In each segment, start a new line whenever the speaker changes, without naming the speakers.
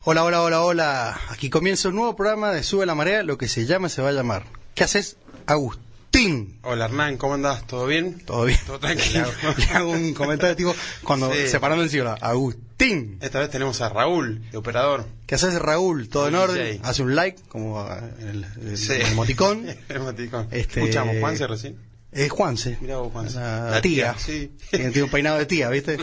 Hola, hola, hola, hola. Aquí comienza un nuevo programa de Sube la Marea, lo que se llama se va a llamar. ¿Qué haces, Agustín?
Hola Hernán, ¿cómo andás? ¿Todo bien?
Todo bien.
Todo tranquilo.
Le hago, le hago un comentario tipo cuando
Sí.
separando el cielo. Agustín.
Esta vez tenemos a Raúl, el operador.
¿Qué haces, Raúl? Todo en
DJ.
orden. Hace un like, como ah, en el, el-
Sí.
el emoticón.
el emoticón.
Este-
Escuchamos Juanse recién.
Es Juanse.
Mirá vos, Juanse.
La,
La
tía.
tía, sí.
Tiene tiene un peinado de tía, ¿viste?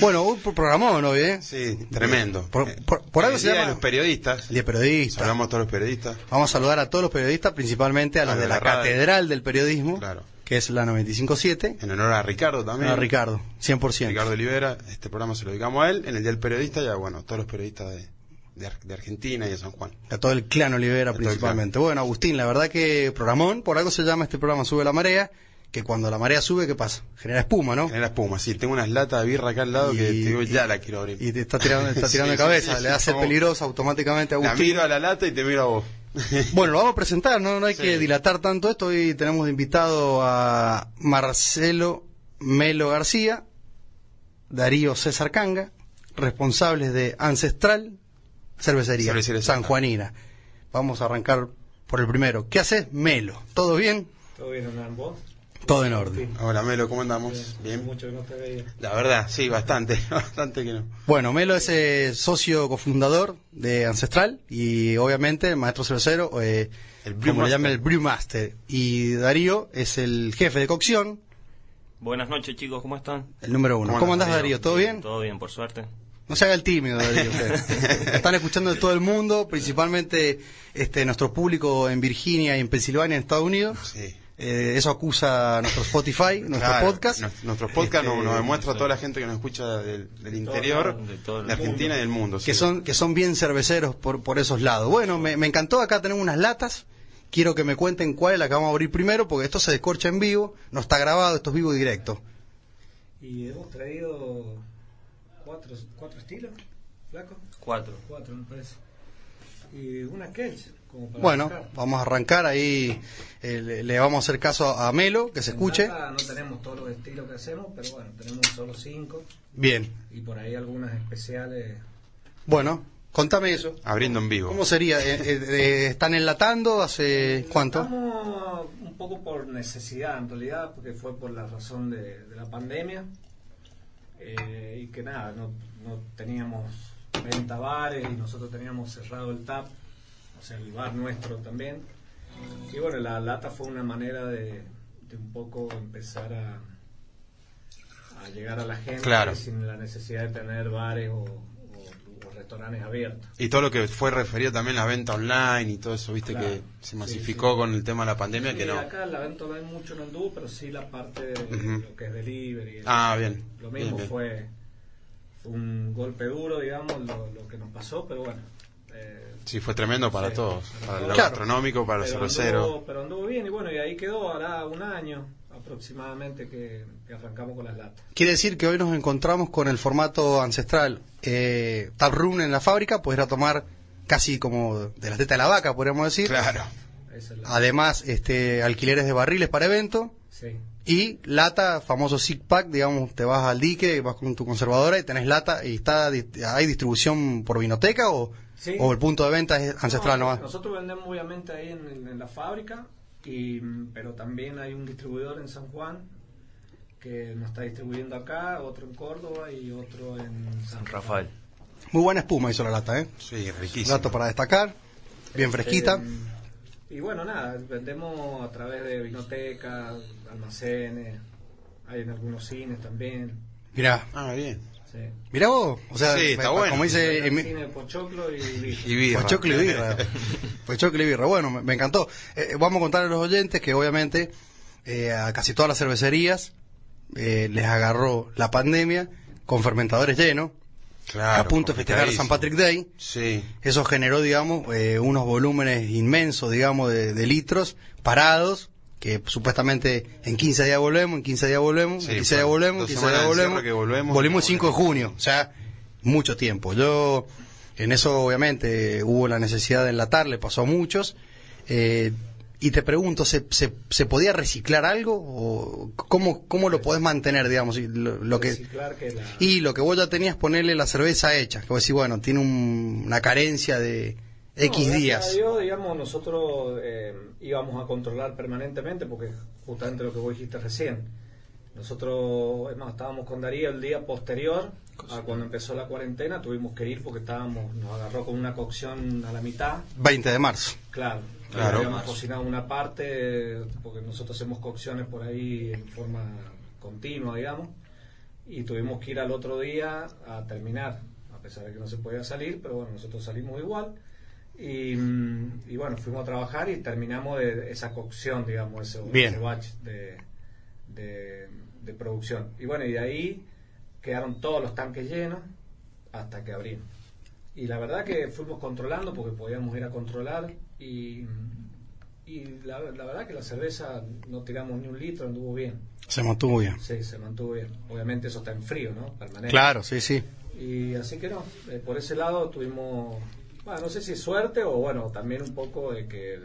Bueno, un programón hoy, ¿eh?
Sí, tremendo.
Por-
Eh,
por- por algo
el
se
día
llama-
de los periodistas.
El día periodista.
Hablamos a todos los periodistas.
Vamos a saludar a todos los periodistas, principalmente a los
A los
de
de
la,
la radio.
Catedral del Periodismo,
Claro.
que es la 957.
En honor a Ricardo también.
A Ricardo, 100%.
Ricardo Olivera. Este programa se lo dedicamos a él. En el Día del Periodista, ya bueno, todos los periodistas de, de Ar- de Argentina y de San Juan.
A todo el clan Olivera
A todo el
principalmente. Bueno, Agustín, la verdad que programón, por algo se llama este programa Sube la Marea, que cuando la marea sube, ¿qué pasa? Genera espuma, ¿no?
Genera espuma. Sí, tengo unas latas de birra acá al lado que te
Y-
digo, ya la quiero abrir.
Y te está tirando, está tirando de
Sí, sí,
cabeza,
sí,
le
sí,
hace
como-
peligroso automáticamente a
La
Agustín.
miro a la lata y te miro a vos.
Bueno, lo vamos a presentar, no, no hay
Sí.
que dilatar tanto esto. Hoy tenemos de invitado a Marcelo Melo García, Darío César Canga, responsables de Ancestral Cervecería,
Cervecería
San
Santa.
Juanina. Vamos a arrancar por el primero. ¿Qué haces, Melo? ¿Todo bien?
¿Todo bien, Hernán? ¿Vos?
Todo en orden.
Hola Melo, ¿cómo andamos? Bien.
Mucho que no te veía.
La verdad, sí, bastante. Bastante que no.
Bueno, Melo es eh, socio cofundador de Ancestral y obviamente el maestro cervecero, eh,
El Brewmaster.
como le llaman el Brewmaster. Y Darío es el jefe de cocción.
Buenas noches, chicos, ¿cómo están?
El número uno.
¿Cómo
¿Cómo
andas,
andás, Darío? ¿Todo bien?
Todo bien, por suerte.
No se haga el tímido, Darío. usted. Están escuchando de todo el mundo, principalmente este, nuestro público en Virginia y en Pensilvania, en Estados Unidos.
Sí.
Eh, eso acusa a nuestro Spotify, nuestro
Claro,
podcast.
nos- Nuestro podcast
Este,
nos, nos demuestra a toda la gente que nos escucha del, del interior,
todo-
de,
de todo el
Argentina y del mundo.
que
sí.
son que son bien cerveceros por, por esos lados. Bueno, me, me encantó acá tener unas latas. Quiero que me cuenten cuál es la que vamos a abrir primero, porque esto se descorcha en vivo, no está grabado, esto es vivo y directo.
Y hemos traído cuatro, cuatro estilos, flaco.
Cuatro.
Cuatro, me parece. Y una Kelch, como para
Bueno,
arrancar.
vamos a arrancar ahí, eh, le, le vamos a hacer caso a Melo, que se
En
escuche.
lata no tenemos todos los estilos que hacemos, pero bueno, tenemos solo cinco.
Bien,
Y por ahí algunas especiales.
Bueno, contame eso.
Abriendo en vivo.
¿Cómo sería? Eh, eh, eh, ¿Están enlatando hace cuánto?
Estamos un poco por necesidad, en realidad, porque fue por la razón de, de la pandemia. eh, y que nada, no, no teníamos venta bares y nosotros teníamos cerrado el tap, o sea, el bar nuestro también. Y bueno, la lata fue una manera de, de un poco empezar a, a llegar a la gente
Claro.
sin la necesidad de tener bares o- o- o restaurantes abiertos.
Y todo lo que fue referido también a la venta online y todo eso, viste,
Claro.
que se
Sí,
masificó
sí.
con el tema de la pandemia, que
Sí,
no.
Acá la venta online mucho no anduvo, pero sí la parte de
Ujú.
lo que es delivery.
Ah, bien.
Lo
Bien,
mismo
bien.
Fue, fue un golpe duro, digamos, lo, lo que nos pasó, pero bueno. eh,
Sí, fue tremendo para
Sí.
todos. Para lo
Claro.
gastronómico, para los
pero,
cerveceros.
anduvo, pero anduvo bien y bueno, y ahí quedó, hará un año aproximadamente que, que arrancamos con las latas.
Quiere decir que hoy nos encontramos con el formato ancestral. Eh, tap room en la fábrica, podrá tomar casi como de la teta de la vaca, podríamos decir.
Claro.
Esa es la-
Ah.
Además, este, alquileres de barriles para evento.
sí.
Y lata, famoso zig pack, digamos, te vas al dique, vas con tu conservadora y tenés lata y está, di- hay distribución por vinoteca o,
Sí.
o el punto de venta es ancestral
No,
nomás.
Nosotros vendemos obviamente ahí en, en- en la fábrica, y, mm, pero también hay un distribuidor en San Juan que nos está distribuyendo acá, otro en Córdoba y otro en San
San Rafael.
Muy buena espuma hizo la lata, ¿eh?
Sí, riquísimo.
Dato para destacar, bien fresquita.
Eh, y bueno, nada, vendemos a través de vinotecas, almacenes, hay en algunos cines también.
Mirá,
Ah, bien.
Sí.
mirá vos. O sea,
Sí,
pa-
está
pa-
bueno.
como dice
Hay
Emi-
cine de Pochoclo y
Y
Virgen.
birra.
Pochoclo y birra. Pochoclo y birra. Bueno, me, me encantó. Eh, vamos a contar a los oyentes que obviamente eh, a casi todas las cervecerías eh, les agarró la pandemia con fermentadores llenos,
Claro.
a punto de festejar San
complicadísimo.
Patrick Day.
Sí.
Eso generó, digamos, eh, unos volúmenes inmensos, digamos, de, de litros parados, que supuestamente en 15 días volvemos, en 15 días volvemos,
Sí,
en 15
fue
días volvemos, en
dos
15
semanas
días
de
volvemos.
encierro que volvemos.
el 5 de junio, o sea, mucho tiempo. Yo, en eso obviamente, hubo la necesidad de enlatar, le pasó a muchos. Eh, Y te pregunto, ¿se, se, se podía reciclar algo? ¿O cómo, ¿Cómo lo podés mantener, digamos? Y lo, lo que,
Reciclar que la-
y lo que vos ya tenías, ponerle la cerveza hecha. Que vos decís, bueno, tiene un- una carencia de X
No, gracias
días.
a Dios, digamos, nosotros eh, íbamos a controlar permanentemente, porque es justamente lo que vos dijiste recién. Nosotros, es más, estábamos con Darío el día posterior a cuando empezó la cuarentena, tuvimos que ir porque estábamos, nos agarró con una cocción a la mitad,
20 de marzo.
claro.
Claro.
Habíamos cocinado una parte, eh, porque nosotros hacemos cocciones por ahí en forma continua, digamos, y tuvimos que ir al otro día a terminar, a pesar de que no se podía salir, pero bueno, nosotros salimos igual. Y, mm, y bueno, fuimos a trabajar y terminamos de esa cocción, digamos, ese,
Bien.
ese batch de, de- de producción. Y bueno, y de ahí quedaron todos los tanques llenos hasta que abrimos. Y la verdad que fuimos controlando porque podíamos ir a controlar y, y la, la verdad que la cerveza no tiramos ni un litro, anduvo bien.
Se mantuvo bien.
Sí, se mantuvo bien. Obviamente eso está en frío, ¿no? Permanente.
Claro, sí, sí.
Y así que no, eh, por ese lado tuvimos, bueno, no sé si suerte o bueno, también un poco de que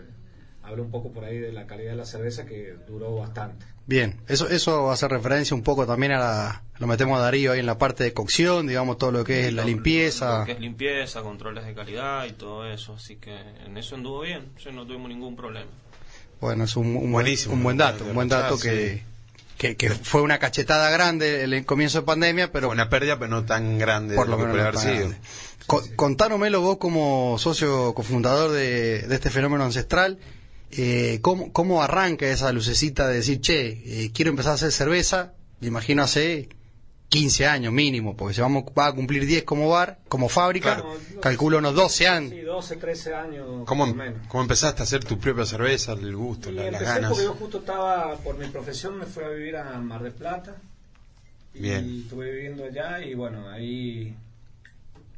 hablo un poco por ahí de la calidad de la cerveza que duró bastante.
Bien, eso, eso hace referencia un poco también a la, lo metemos a Darío ahí en la parte de cocción, digamos, todo lo que es la
Lo-
limpieza.
lo que es limpieza, controles de calidad y todo eso. Así que en eso anduvo bien. sí, no tuvimos ningún problema.
Bueno, es un, un buen-
Buenísimo,
un buen dato,
de
un buen
rechazar,
dato que, que, que fue una cachetada grande el, el comienzo de pandemia, pero
Fue una pérdida, pero no tan grande
por
de
lo menos
podría
no
haber
tan
sido.
grande. Co- Contándomelo vos como socio cofundador de, de este fenómeno ancestral, eh, ¿cómo, ¿cómo arranca esa lucecita de decir, che, eh, quiero empezar a hacer cerveza? Me imagino hace 15 años mínimo, porque si vamos va a cumplir 10 como bar, como fábrica,
Claro.
calculo unos 12 años.
Sí, 12, 13 años
¿Cómo,
por lo menos.
cómo empezaste a hacer tu propia cerveza? El gusto,
Y
la- las
empecé
ganas.
porque yo justo estaba, por mi profesión, me fui a vivir a Mar del Plata. Y
Bien.
estuve viviendo allá y bueno, ahí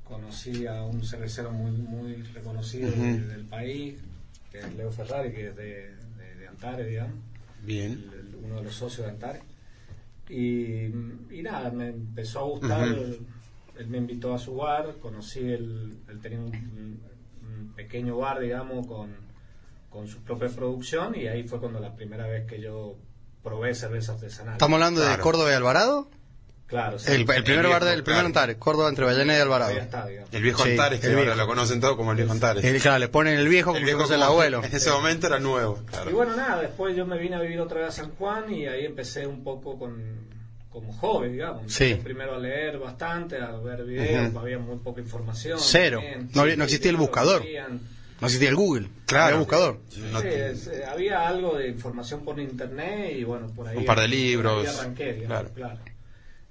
conocí a un cervecero muy, muy reconocido
Ujú.
del, del país, que es Leo Ferrari, que es de, de, de Antares, digamos,
Bien.
el- el- uno de los socios de Antares. Y, y nada, me empezó a gustar,
Ujú.
él me invitó a su bar, conocí, el, él tenía un, un pequeño bar, digamos, con con su propia producción y ahí fue cuando la primera vez que yo probé cerveza artesanal.
Estamos hablando de
Claro.
Córdoba y Alvarado,
Claro, sí.
el, el primer
viejo,
bar del primer
claro.
Antares, Córdoba entre Ballena y Alvarado.
Ahí está, digamos.
El viejo
Sí,
Antares, que
el
ahora
viejo.
lo conocen todos como el viejo Antares.
Eh, claro, le ponen el viejo como si fuese el
como-
abuelo.
En ese momento era nuevo. claro.
Y bueno, nada, después yo me vine a vivir otra vez a San Juan y ahí empecé un poco con, como joven, digamos.
Sí.
Empecé Primero a leer bastante, a ver videos,
Ujú.
había muy poca información.
Cero. No había- no existía el
videos,
buscador.
habían-
No existía el Google,
Claro.
el buscador.
No
sí,
te-
es- eh, había algo de información por internet y bueno, por ahí.
Un par de
por ahí
libros.
arranqué,
Claro.
digamos, claro.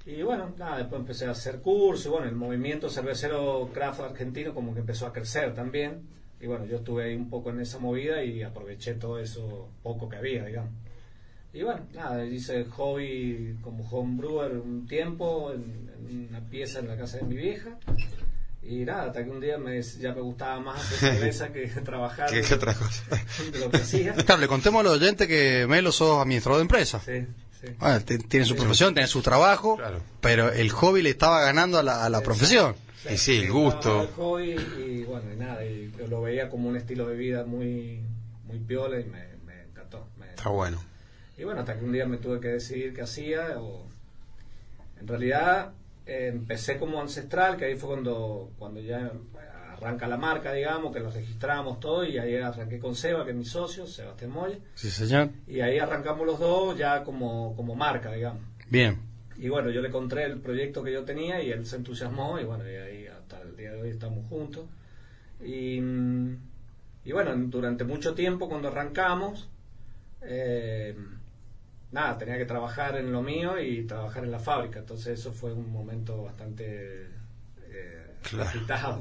Y bueno, nada, después empecé a hacer cursos. y Bueno, el movimiento cervecero craft argentino como que empezó a crecer también. Y bueno, yo estuve ahí un poco en esa movida y aproveché todo eso poco que había, digamos. Y bueno, nada, hice hobby como homebrewer un tiempo en, en una pieza en la casa de mi vieja. Y nada, hasta que un día me, ya me gustaba más hacer cerveza que trabajar
¿Qué, qué otra cosa?
de lo que hacía.
Claro, le contemos a los oyentes que Melo sos administrador de empresa.
Sí, sí.
Ah, te- tiene su profesión, tiene su trabajo,
Claro.
pero el hobby le estaba ganando a la, a la profesión.
Y sí, el gusto.
El hobby y bueno, y nada, y yo lo veía como un estilo de vida muy, muy piola y me, me encantó. me-
Está bueno.
Y bueno, hasta que un día me tuve que decidir qué hacía. O... En realidad eh, empecé como ancestral, que ahí fue cuando, cuando ya arranca la marca, digamos, que lo registramos todo y ahí arranqué con Seba, que es mi socio, Sebastián Moya.
Sí, señor.
Y ahí arrancamos los dos ya como, como marca, digamos.
Bien.
Y bueno, yo le conté el proyecto que yo tenía y él se entusiasmó y bueno, y ahí hasta el día de hoy estamos juntos. Y, mm, y bueno, en- durante mucho tiempo cuando arrancamos, eh, nada, tenía que trabajar en lo mío y trabajar en la fábrica, entonces eso fue un momento bastante... eh, agitado.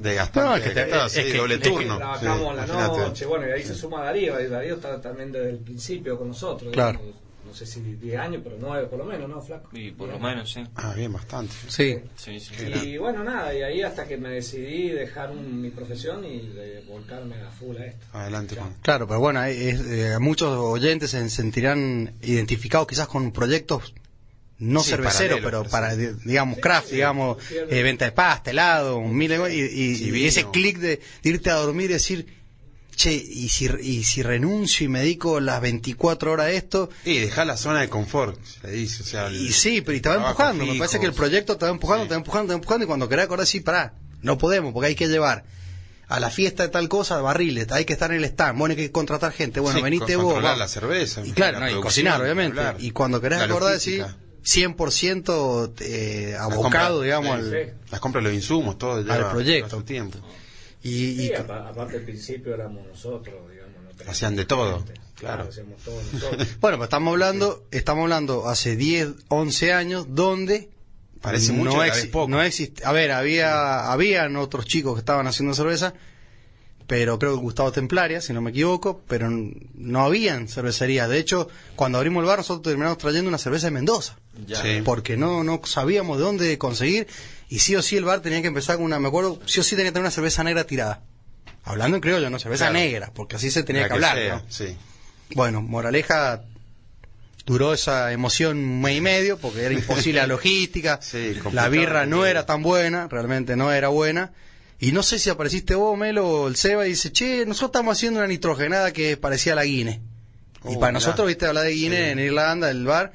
Claro. De
No,
gastar.
es que te- es que-
doble
es que
turno.
Trabajamos
Sí,
la
imagínate.
noche, bueno, y ahí se suma Darío, y Darío está también desde el principio con nosotros.
Claro.
digamos, No sé si 10 años, pero 9 por lo menos, ¿no, Flaco?
Y por lo
Bien.
menos, sí.
Ah, bien, bastante.
Sí.
Sí, sí.
Y bueno, nada, y ahí hasta que me decidí dejar un- mi profesión y de volcarme a full a esto.
Adelante, Juan.
Claro, pero bueno, es- eh, muchos oyentes se sentirán identificados quizás con proyectos no
Sí,
cerveceros,
paralelo,
pero
pero
para,
sí.
di- digamos, craft,
sí,
digamos,
cierto.
eh, venta de pasta, helado, un mil de go- y, y-
Sí,
y
vino.
ese clic de, de irte a dormir y decir, che, y si, y si renuncio y me dedico las 24 horas a esto,
Y deja la zona de confort, se le dice. O sea, el-
y sí, pero y te va
trabajo
empujando. Me
fijo,
parece que el proyecto te va empujando,
Sí.
te va empujando, te va empujando. Y cuando querés acordar, sí, pará, no podemos, porque hay que llevar a la fiesta de tal cosa barriles, hay que estar en el stand, bueno, hay que contratar gente. Bueno,
sí,
veniste
con-
vos.
controlar
vamos.
la cerveza.
Y claro, no, y
la
cocinar,
producción,
obviamente.
hablar,
Y cuando querés
la
acordar, sí,
logística,
100% eh,
las
abocado,
compras,
digamos,
sí,
al,
sí. Las compras, los insumos, todo. Lleva,
proyecto.
lleva su tiempo.
y, y-
Sí, apa- aparte al principio éramos nosotros, digamos. no teníamos
Hacían de todo,
gente.
claro.
Hacíamos todo nosotros.
Bueno, pero estamos hablando, estamos hablando hace 10, 11 años, donde
Parece mucho,
no,
a la vez
exi-
poco.
no existe. A ver, había habían otros chicos que estaban haciendo cerveza, pero creo que Gustavo Templaria, si no me equivoco, pero n- no habían cervecerías. De hecho, cuando abrimos el bar nosotros terminamos trayendo una cerveza de Mendoza,
Ya.
Sí.
porque no no sabíamos de dónde conseguir y sí o sí el bar tenía que empezar con una, me acuerdo, sí o sí tenía que tener una cerveza negra tirada. Hablando en criollo, no cerveza
Claro.
negra, porque así se tenía
La
que hablar,
sea,
¿no?
Sí.
Bueno, moraleja duró esa emoción un mes y medio porque era imposible la logística.
Sí,
la
complicado.
birra no era tan buena, realmente no era buena. Y no sé si apareciste vos, Melo, o el Seba, y dice, che, nosotros estamos haciendo una nitrogenada que parecía la Guinness. y
Oh,
para
mirá.
nosotros, viste, hablar de Guinness en Irlanda, el bar,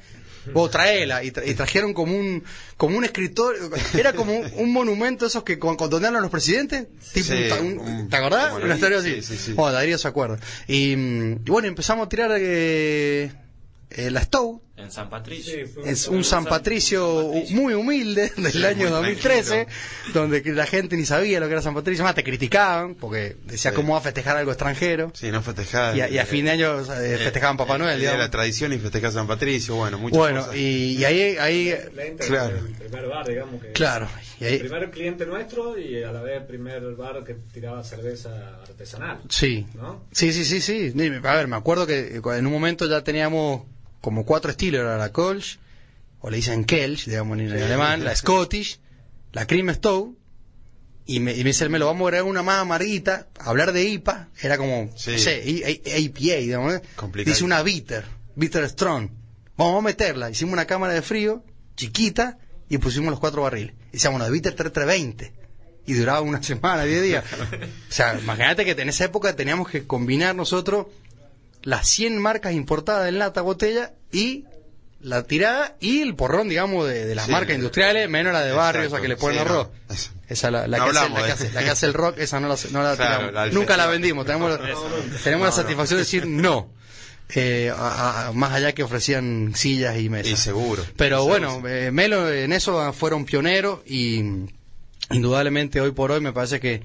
vos traela. Y, tra- y trajeron como un como un escritorio, era como un, un monumento esos que con- cuando eran los presidentes, tipo
Sí,
un ta- un-
un-
¿te acordás?
como
Una historia
sí,
así.
sí, sí.
Bueno, Darío se acuerda. Y, mm, y bueno, empezamos a tirar eh, eh, la Stowe.
En San Patricio.
Sí, fue
Es un San
San
Patricio
Patricio.
muy humilde del
Sí,
año
muy
2013,
tranquilo.
donde que la gente ni sabía lo que era San Patricio, más te criticaban porque decía
Sí.
cómo va a festejar algo extranjero.
Sí, no festejaba.
Y a, y a fin de año eh, festejaban Papá Noel,
Era
digamos.
la tradición y festejaba San Patricio, bueno, muchas
Bueno,
cosas.
y, y ahí, ahí,
La entra
Claro. Eh.
el primer bar, digamos. Que
claro, y
El
ahí,
primer cliente nuestro y a la vez el primer bar que tiraba cerveza artesanal.
Sí.
¿No?
Sí, sí, sí, sí. Dime, A ver, me acuerdo que eh, en un momento ya teníamos como cuatro estilos. Era la Kolsch, o le dicen Kelch, digamos en
Sí.
alemán, la Scottish, la Cream Stout. Y me, y me dice el Melo, vamos a agregar una más amarguita. Hablar de IPA era como,
Sí.
no sé, I- I- IPA, digamos. ¿eh?
Complicado.
Dice una Bitter, Bitter Strong. Vamos a meterla. Hicimos una cámara de frío chiquita y pusimos los cuatro barriles. Hicimos una Bitter 3320 y duraba una semana, 10 días. O sea, imagínate que en esa época teníamos que combinar nosotros las 100 marcas importadas en lata botella y la tirada y el porrón, digamos, de, de las
Sí.
marcas industriales, menos la de barrio,
Exacto.
esa que le ponen
Sí,
arroz.
no. Eso.
Esa la, la
No
que hace,
hablamos
la, que
de-
hace, la que hace el rock, esa no la, no la
Claro,
tiramos.
la del
Nunca la
festival.
vendimos. Tenemos, la-
Eso.
tenemos la
No, no.
satisfacción de decir no. Eh, a- a- más allá que ofrecían sillas y mesas.
Y seguro.
Pero
Seguro,
bueno, eh, Melo en eso fueron pioneros y mm, indudablemente hoy por hoy me parece que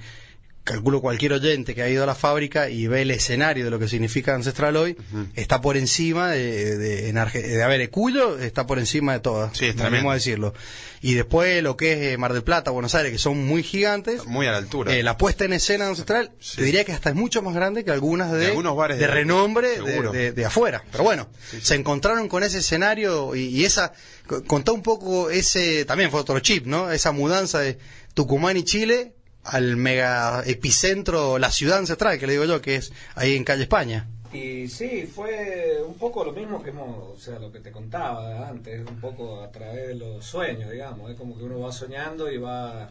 calculo cualquier oyente que ha ido a la fábrica y ve el escenario de lo que significa Ancestral hoy, está por encima de, de- en Arge- de- a ver, Cuyo está por encima de todas,
Sí, es
vamos
tremendo.
a decirlo. Y después lo que es eh, Mar del Plata, Buenos Aires, que son muy gigantes,
Muy a la altura.
eh, la puesta en escena de Ancestral,
Sí.
te diría que hasta es mucho más grande que algunas de,
De algunos bares
de
de-
renombre de,
seguro.
de- de afuera. Pero bueno, se encontraron con ese escenario y, y esa. co- Contá un poco ese. También fue otro chip, ¿no? Esa mudanza de Tucumán y Chile al mega epicentro, la ciudad ancestral, que le digo yo, que es ahí en calle España.
Y sí, fue un poco lo mismo que hemos, o sea, lo que te contaba antes, un poco a través de los sueños, digamos, es como que uno va soñando y va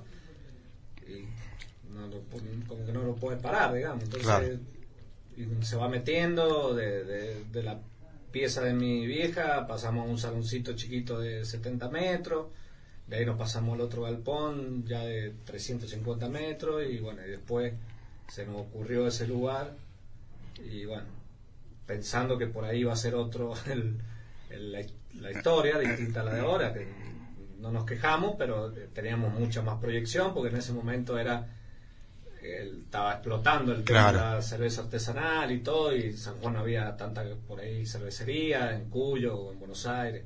y no lo pu- como que no lo puede parar, digamos, entonces
Claro.
y uno se va metiendo de, de- de la pieza de mi vieja, pasamos a un saloncito chiquito de 70 metros, de ahí nos pasamos al otro galpón ya de 350 metros y bueno, y después se nos ocurrió ese lugar y bueno, pensando que por ahí va a ser otro el- el- la, la historia, distinta a la de ahora, que no nos quejamos, pero eh, teníamos mucha más proyección, porque en ese momento era el- estaba explotando el tema de
Claro.
la cerveza artesanal y todo, y en San Juan no había tanta por ahí cervecería, en Cuyo o en Buenos Aires.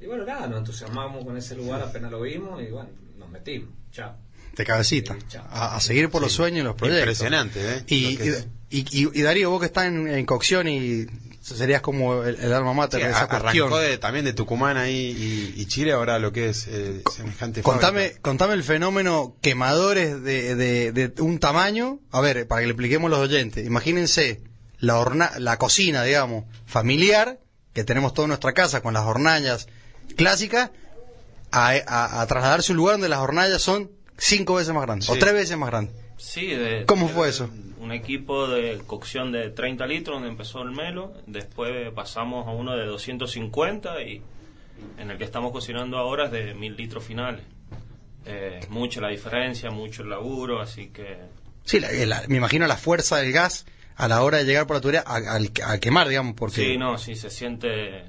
Y bueno, nada, nos entusiasmamos con ese lugar apenas lo vimos y bueno, nos metimos, chao.
De cabecita.
Sí, chao.
A, a seguir por los sueños y los proyectos.
Impresionante, ¿eh?
Y,
Lo que es.
y- y- y Darío, vos que estás en, en cocción y serías como el, el alma mater
Sí,
de
a-
esa cuestión.
arrancó de- también de Tucumán ahí y, y Chile, ahora lo que es eh, semejante
Contame,
fábrica.
contame el fenómeno quemadores de, de- de un tamaño. A ver, para que le expliquemos a los oyentes. Imagínense la, horna- la cocina, digamos, familiar, que tenemos toda nuestra casa con las hornallas clásicas, a, a- a trasladarse a un lugar donde las hornallas son cinco veces más grandes o
Sí.
tres veces más grandes.
Sí, de-
¿Cómo fue eso?
Un un equipo de cocción de 30 litros donde empezó el melo, después pasamos a uno de 250 y en el que estamos cocinando ahora es de 1000 litros finales. Eh, mucho la diferencia, mucho el laburo, así que
Sí, la- la- me imagino la fuerza del gas a la hora de llegar por la tubería a, al- a quemar, digamos, porque...
Sí, no, sí, se siente.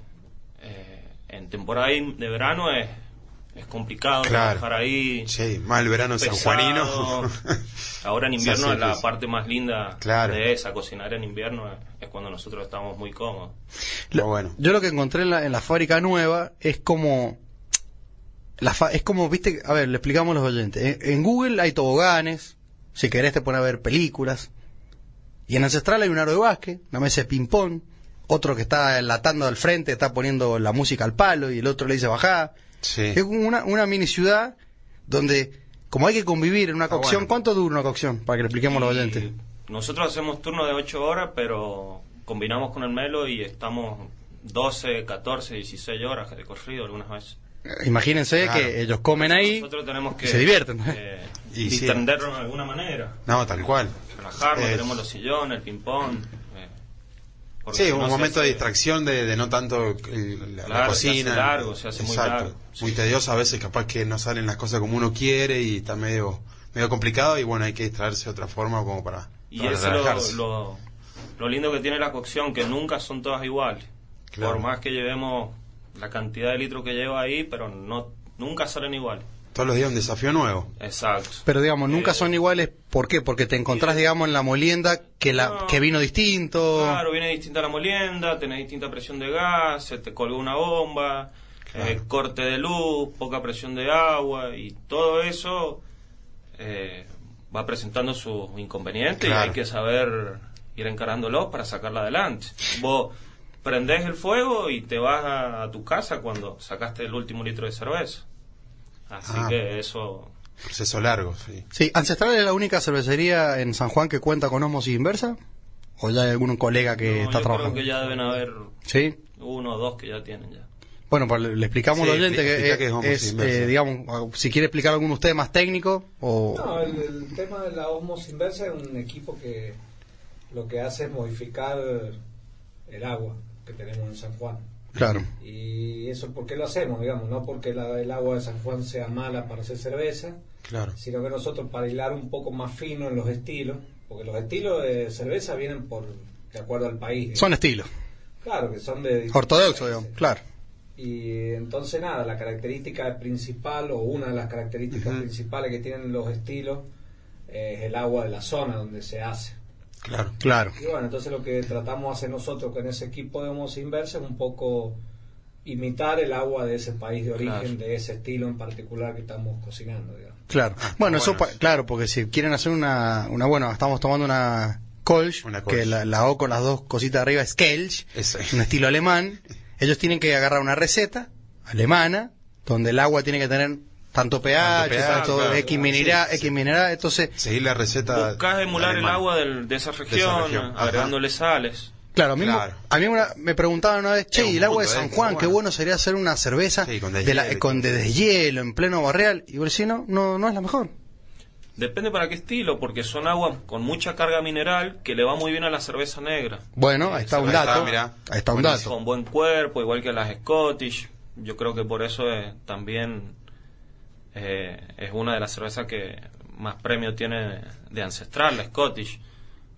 eh, en temporada in- de verano es, es complicado
Claro.
trabajar ahí.
Sí, más el verano
pesado.
sanjuanino.
Ahora en invierno
Sí, sí,
es la
sí.
parte más linda
Claro.
de esa. Cocinar en invierno es, es cuando nosotros estamos muy cómodos.
Lo-
Pero bueno.
Yo lo que encontré en la, en la fábrica nueva es como... La fa- es como, viste, a ver, le explicamos a los oyentes. En, en Google hay toboganes, si querés te pone a ver películas. Y en Ancestral hay un aro de básquet, una mesa de ping-pong, otro que está en la tanda al frente, está poniendo la música al palo y el otro le dice bajá.
Sí.
Es una, una mini ciudad donde, como hay que convivir en una
Está
cocción,
Ah, bueno.
¿cuánto dura una cocción? Para que le expliquemos a los
Y
oyentes.
Nosotros hacemos turno de 8 horas, pero combinamos con el melo y estamos 12, 14, 16 horas de corrido algunas veces.
Imagínense
Claro.
que ellos comen ahí.
Nosotros tenemos que
se divierten.
eh,
Y sí.
distendernos de alguna manera.
No, tal cual.
relajarnos,
Es-
tenemos los sillones, el ping-pong. eh, porque
Sí,
si
un
no se
momento de
hace-
distracción de, de no tanto el- la, la
Claro, se
cocina.
hace largo, se hace muy
Exacto.
largo.
Muy tedioso, a veces capaz que no salen las cosas como uno quiere y está medio medio complicado y bueno, hay que distraerse de otra forma como para,
Y
para
eso es
relajarse.
lo, lo, lo lindo que tiene la cocción, que nunca son todas iguales.
Claro.
Por más que llevemos la cantidad de litros que lleva ahí, pero no nunca salen iguales.
Todos los días un desafío nuevo.
Exacto.
Pero digamos, nunca
Eh,
son iguales. ¿Por qué? Porque te encontrás, digamos, en la molienda que, la,
No.
que vino distinto.
Claro, viene distinta la molienda, tenés distinta presión de gas, se te colgó una bomba,
Claro.
eh, corte de luz, poca presión de agua y todo eso eh, va presentando sus inconvenientes y
Claro.
hay que saber ir encarándolos para sacarla adelante. Vos prendés el fuego y te vas a, a tu casa cuando sacaste el último litro de cerveza. Así
Ah.
que eso...
Proceso largo, sí.
Sí, ¿Ancestral es la única cervecería en San Juan que cuenta con osmosis inversa? ¿O ya hay algún colega que
no,
está
yo
trabajando?
creo que ya deben haber
Sí.
uno o dos que ya tienen ya.
Bueno, pues le, le explicamos
Sí,
al oyente
explica-
que,
explica qué es
eh, es,
osmosis inversa.
eh, digamos, si quiere explicar alguno de ustedes más técnico o...
No, el, el tema de la osmosis inversa es un equipo que lo que hace es modificar el agua que tenemos en San Juan.
Claro.
Y eso porque lo hacemos, digamos, no porque la- el agua de San Juan sea mala para hacer cerveza,
Claro.
sino que nosotros para hilar un poco más fino en los estilos, porque los estilos de cerveza vienen por de acuerdo al país. digamos.
Son estilos.
claro, que son de
Ortodoxo, digamos. Claro.
y entonces nada, la característica principal o una de las características
Ujú.
principales que tienen los estilos eh, es el agua de la zona donde se hace.
Claro.
Claro.
Y bueno, entonces lo que tratamos de hacer nosotros con ese equipo de homos inversa es un poco imitar el agua de ese país de origen,
Claro.
de ese estilo en particular que estamos cocinando. digamos.
Claro.
Ah,
bueno, eso,
bueno.
pa- claro, porque si quieren hacer una, una bueno, estamos tomando una Kolsch,
Una Kolsch.
que la, la O con las dos cositas arriba es Kelch,
Eso.
un estilo alemán. Ellos tienen que agarrar una receta alemana, donde el agua tiene que tener tanto pH, tanto,
pH, claro.
X mineral,
Sí, sí.
X mineral, entonces,
Seguir la receta.
Buscás emular el
alemana.
agua del- de esa región,
región, ajá.
agregándole sales.
claro, a mí, me-
Claro.
a mí una- me preguntaban una vez, che,
Es un
y el agua de
punto,
San
¿eh?
Juan, qué
Bueno.
bueno sería hacer una cerveza
Sí, con
de la-
deshielo y
con
todo.
deshielo en pleno barreal, y yo decía, no, no, no es la mejor.
Depende para qué estilo, porque son aguas con mucha carga mineral que le va muy bien a la cerveza negra.
Bueno, ahí está
ahí
un
está,
dato.
mirá.
Ahí está un
Buenísimo.
dato.
Con buen cuerpo, igual que las Scottish. Yo creo que por eso eh, también eh, es una de las cervezas que más premio tiene de ancestral, la Scottish.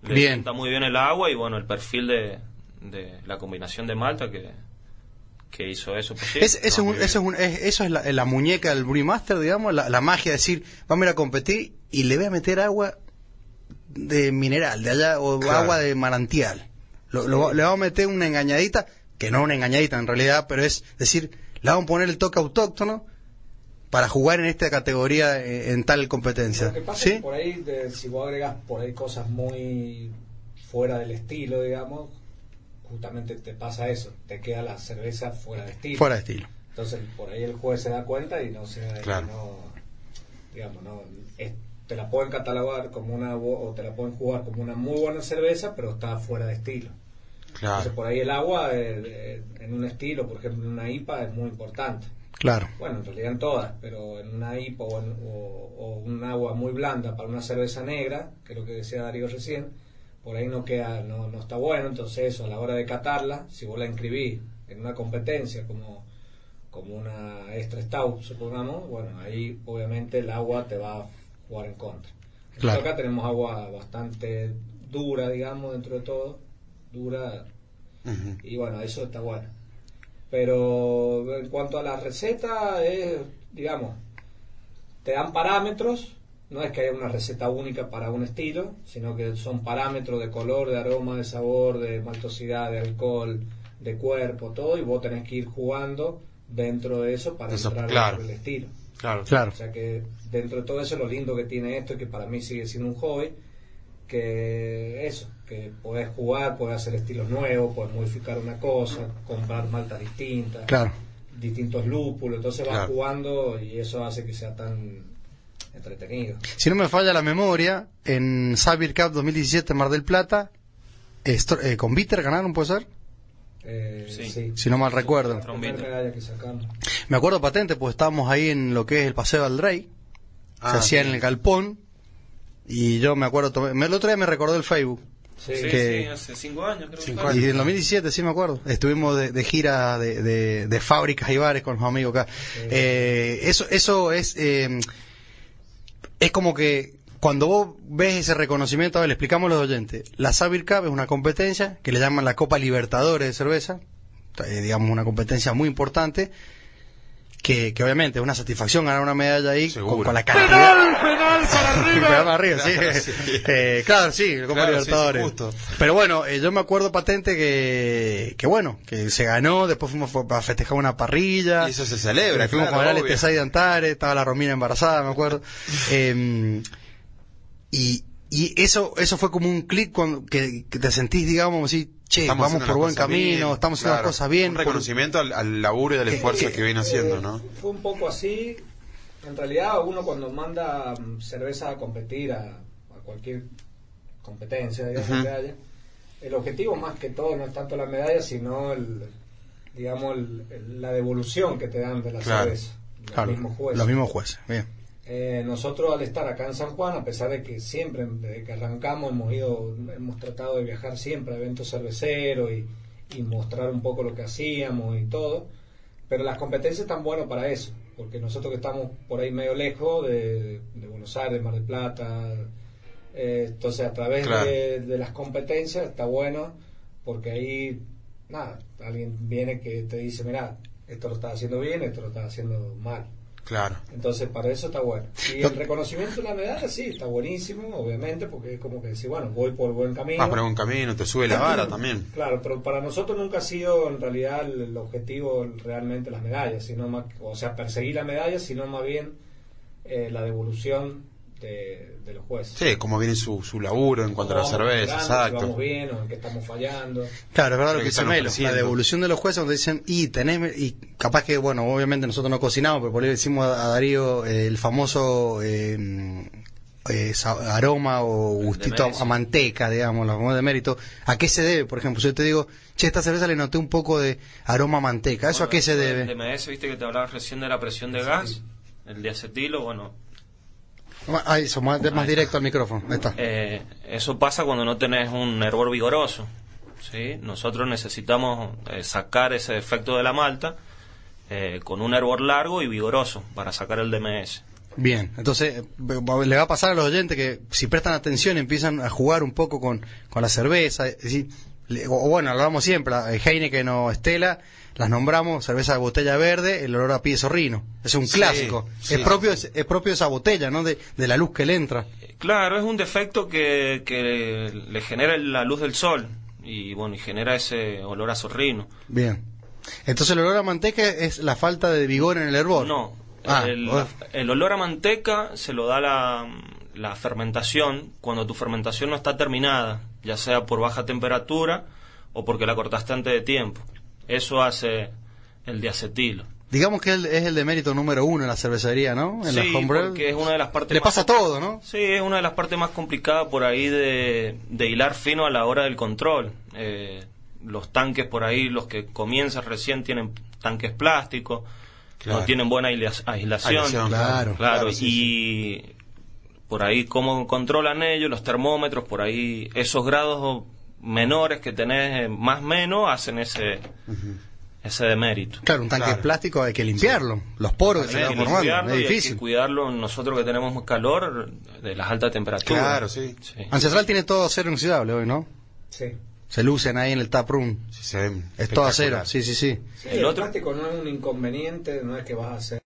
Le
Bien.
sienta muy bien el agua y bueno, el perfil de, de la combinación de malta que, que hizo eso posible.
Es- eso, es un- eso es un- es- eso es la, la muñeca del Brewmaster, digamos, la, la magia de decir, vamos a ir a competir y le voy a meter agua de mineral, de allá, o
Claro.
agua de manantial. Lo- lo- le vamos a meter una engañadita, que no es una engañadita en realidad, pero es decir, le vamos a poner el toque autóctono para jugar en esta categoría eh, en, tal competencia.
Lo que pasa es
¿Sí?
que por ahí, de- si vos agregas por ahí cosas muy fuera del estilo, digamos, justamente te pasa eso, te queda la cerveza fuera de estilo.
Fuera de estilo.
Entonces por ahí el juez se da cuenta y no se
Claro.
no, digamos, no, es- te la pueden catalogar como una bo- o te la pueden jugar como una muy buena cerveza, pero está fuera de estilo. Entonces
Claro.
por ahí el agua eh, eh, en un estilo, por ejemplo, en una IPA es muy importante.
Claro.
Bueno, en realidad en todas, pero en una IPA o, en- o- o un agua muy blanda para una cerveza negra, que es lo que decía Darío recién, por ahí no queda, no, no está bueno, entonces eso, a la hora de catarla, si vos la inscribís en una competencia como, como una extra stout, supongamos, bueno, ahí obviamente el agua te va a jugar en contra. Nosotros
Claro.
Acá tenemos agua bastante dura, digamos, dentro de todo, dura,
Ujú.
y bueno, eso está bueno. Pero en cuanto a la receta, es, digamos, te dan parámetros, no es que haya una receta única para un estilo, sino que son parámetros de color, de aroma, de sabor, de maltosidad, de alcohol, de cuerpo, todo, y vos tenés que ir jugando dentro de eso para
Eso,
entrar
claro.
dentro del estilo.
Claro.
Claro.
O sea que dentro de todo eso lo lindo que tiene esto, que para mí sigue siendo un hobby, que eso, que podés jugar, podés hacer estilos nuevos, podés modificar una cosa, comprar maltas distintas,
Claro.
distintos lúpulos, entonces vas
Claro.
jugando y eso hace que sea tan entretenido.
Si no me falla la memoria, en Sabir Cup 2017 Mar del Plata, estro- eh, con Bitter ganaron, ¿puede ser?
Eh,
Sí.
Si no mal recuerdo.
La primera
Trombita.
medalla que sacamos.
Me acuerdo patente, pues estábamos ahí en lo que es el Paseo del Rey.
Ah,
se hacía en el galpón. Y yo me acuerdo, tomé- me- el otro día me recordó el Facebook.
Sí.
Sí,
que-
sí, hace cinco años creo
Cinco
que fue.
Y en 2017, sí me acuerdo. Estuvimos de, de gira de, de- de fábricas y bares con los amigos acá. Eh, eso, eso es. eh, es como que cuando vos ves ese reconocimiento, a ver, le explicamos a los oyentes. La Sabir Cup es una competencia que le llaman la Copa Libertadores de cerveza. Eh, digamos, una competencia muy importante. Que, que obviamente es una satisfacción ganar una medalla ahí con,
Seguro.
con la cantidad. Pero para arriba, sí.
Claro, sí.
Eh, claro, sí, Copa
Claro,
Libertadores.
sí, sí, justo.
Pero bueno, eh, yo me acuerdo patente que, que bueno, que se ganó, después fuimos fu- a festejar una parrilla.
Y eso se celebra,
fuimos
claro,
a bailar
obvio.
este Sai de Antares, estaba la Romina embarazada, me acuerdo. Eh, y, y eso eso fue como un clic cuando- que, que te sentís, digamos, así, che,
Estamos
vamos
haciendo
por
las
buen
cosas
camino,
bien,
estamos haciendo
claro.
las cosas bien.
Un
por-
reconocimiento al, al laburo y al esfuerzo que, viene haciendo, ¿no?
Eh, Fue un poco así. En realidad, uno cuando manda mm, cerveza a competir a, a cualquier competencia, digamos,
Ujú.
que haya, el objetivo más que todo no es tanto la medalla, sino el, digamos, el- el- la devolución que te dan de la
Claro.
cerveza. Los
Claro,
mismos jueces.
los mismos jueces, bien.
Eh, nosotros al estar acá en San Juan, a pesar de que siempre, desde que arrancamos, hemos ido, hemos tratado de viajar siempre a eventos cerveceros y, y mostrar un poco lo que hacíamos y todo, pero las competencias están buenas para eso, porque nosotros que estamos por ahí medio lejos de, de Buenos Aires, Mar del Plata, eh, entonces a través
Claro.
de, de las competencias está bueno, porque ahí, nada, alguien viene que te dice, mira, esto lo estás haciendo bien, esto lo estás haciendo mal.
Claro.
Entonces, para eso está bueno. Y el reconocimiento de la medalla, sí, está buenísimo, obviamente, porque es como que decir, bueno, voy por buen camino.
Vas por un camino, te sube la vara también.
Claro, pero para nosotros nunca ha sido en realidad el, el objetivo realmente las medallas, sino más, o sea, perseguir la medalla, sino más bien eh, la devolución de, de los jueces.
Sí, como viene su, su laburo en cuanto a la
Vamos
cerveza,
mejorando, Oh, si
exacto.
vamos bien o en qué estamos fallando.
Claro, es verdad lo
Lo
que
que
dice
están
Melo, la
ofreciendo.
devolución de los jueces donde dicen, y tenés, y capaz que, bueno, obviamente nosotros no cocinamos, pero por ahí le decimos a a Darío eh, el famoso eh, eh, sa- aroma o
de
gustito a,
mérito.
a manteca, digamos, la famosa de mérito. ¿A qué se debe, por ejemplo? Si yo te digo, che, esta cerveza le noté un poco de aroma a manteca, ¿eso a
Bueno,
qué se
eso del
debe?
DMS, viste que te hablabas recién de la presión de gas, el diacetilo, bueno,
Ah, eso, más, más directo al micrófono, ahí está.
eh, eso pasa cuando no tenés un hervor vigoroso. ¿sí? Nosotros necesitamos eh, sacar ese efecto de la malta eh, con un hervor largo y vigoroso para sacar el DMS.
Bien, entonces eh, le va a pasar a los oyentes que si prestan atención empiezan a jugar un poco con, con la cerveza. es decir, le- o o bueno, lo hablamos siempre, la- eh, Heineken o Estela, las nombramos cerveza de botella verde, el olor a pie de zorrino. Es un
Sí,
clásico.
sí,
es, propio, es, es propio de esa botella, ¿no? De, de la luz que le entra.
Eh, Claro, es un defecto que, que le genera la luz del sol y bueno, y genera ese olor a zorrino.
Bien. Entonces el olor a manteca es la falta de vigor en el hervor.
No,
Ah,
el,
olor-
el olor a manteca se lo da la, la fermentación cuando tu fermentación no está terminada, ya sea por baja temperatura o porque la cortaste antes de tiempo. Eso hace el diacetilo.
digamos que el- es el de mérito número uno en la cervecería, ¿no? En la
sí,
homebrew.
porque es una de las partes
Le
más-
pasa todo, ¿no?
Sí, es una de las partes más complicadas por ahí de, de hilar fino a la hora del control. Eh, los tanques por ahí, los que comienzan recién, tienen tanques plásticos,
Claro.
no tienen buena ailia- aislación.
Aislación,
Claro.
Claro,
Claro, sí,
y por ahí cómo controlan ellos, los termómetros, por ahí esos grados menores que tenés, eh, más menos, hacen ese, ese demérito.
Claro, un tanque
Claro.
de plástico hay que limpiarlo. Los poros que se
Hay
van
que
formando.
limpiarlo
Pues Es
y hay que
difícil.
cuidarlo nosotros que tenemos calor de las altas temperaturas.
Claro, sí.
Sí.
Ancestral tiene todo acero inoxidable hoy, ¿no?
Sí.
Se lucen ahí en el taproom.
Sí, se ven
Es todo
espectacular.
acero. Sí, sí, sí.
Sí,
¿El
el,
otro?
plástico no es un inconveniente, no es que vas a hacer